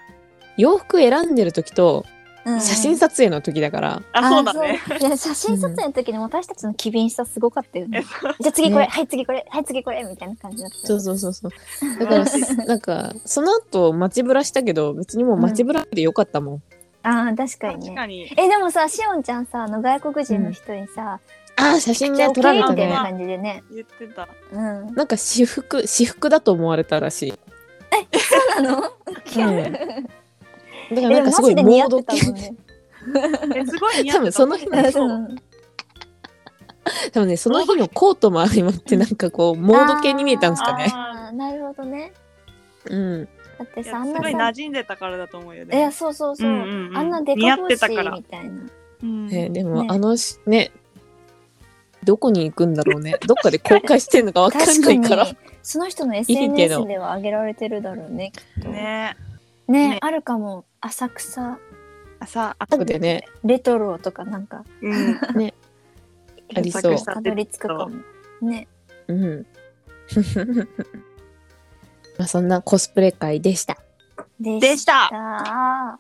Speaker 4: 洋服選んでる時と、
Speaker 3: うん
Speaker 4: 写真撮影の時だから、
Speaker 2: あそうだね。。
Speaker 3: あそういや写真撮影の時に私たちの機敏さすごかったよ
Speaker 2: え
Speaker 3: ね。
Speaker 2: そう
Speaker 3: じゃあ次これ、
Speaker 4: ね
Speaker 3: はい次これはい次これみたいな感じだった。
Speaker 4: そうそうそうそう。だから、 なんか、その後、街ぶらしたけど、別にもう街ぶらでよかったもん。
Speaker 3: ああ確かに
Speaker 2: 確
Speaker 3: ね。
Speaker 2: かに。
Speaker 3: えでもさしおんちゃんさあの外国人の人にさ、
Speaker 4: ああ、写真
Speaker 3: じゃ
Speaker 4: ね、
Speaker 3: あ
Speaker 4: 撮られた
Speaker 3: みたい
Speaker 4: ね
Speaker 3: な。感じでね。
Speaker 2: 言ってた。
Speaker 3: うん。
Speaker 4: なんか私服、私服だと思われた らしい。
Speaker 3: そうなの？
Speaker 4: うんだから
Speaker 3: えで
Speaker 4: なん
Speaker 3: も
Speaker 4: かす
Speaker 3: マ
Speaker 4: ご
Speaker 3: ジ
Speaker 4: い
Speaker 3: で
Speaker 4: モ
Speaker 3: 似合
Speaker 4: ー
Speaker 3: って
Speaker 4: ド
Speaker 3: た
Speaker 4: 系
Speaker 3: もんね。
Speaker 2: えすごい似合ってた
Speaker 4: 多分その日
Speaker 3: うん
Speaker 4: の
Speaker 2: そう
Speaker 3: うん
Speaker 4: 多分ねその日のコートも相まってなんかこう モード系に見えたんですかね
Speaker 3: あーなるほどね。
Speaker 4: うん
Speaker 3: だって
Speaker 2: い
Speaker 3: さ
Speaker 2: や
Speaker 3: あん
Speaker 2: す
Speaker 3: な
Speaker 2: ごい
Speaker 3: さ
Speaker 2: 馴染んでたからだと思うよ
Speaker 3: いや
Speaker 2: ね。
Speaker 3: そうそうそう、
Speaker 2: うんうんうん
Speaker 3: あんなデ
Speaker 2: 似合
Speaker 3: カ
Speaker 2: っ
Speaker 3: 帽
Speaker 2: て
Speaker 3: 子
Speaker 2: たから
Speaker 3: みたいな。
Speaker 2: うん
Speaker 4: ねで
Speaker 3: ね
Speaker 4: もあのしねどこに行くんだろうねどっかで公開してんのかわかんないから
Speaker 3: その人の
Speaker 4: けど
Speaker 3: SNS では上げられてるだろうねきっとね
Speaker 2: ねね
Speaker 3: あるかも浅草
Speaker 2: 朝あ
Speaker 4: 後でね
Speaker 3: レトロとかなんか
Speaker 2: うん
Speaker 4: ありそう
Speaker 3: たどり着くかもね
Speaker 4: うん まあそんなコスプレ会でした
Speaker 3: で
Speaker 2: でした。
Speaker 3: た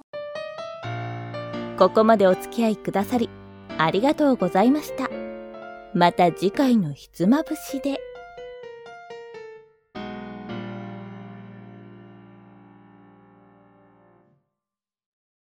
Speaker 1: ここまでお付き合いくださり、ありがとうございました。また次回のひつまぶしで。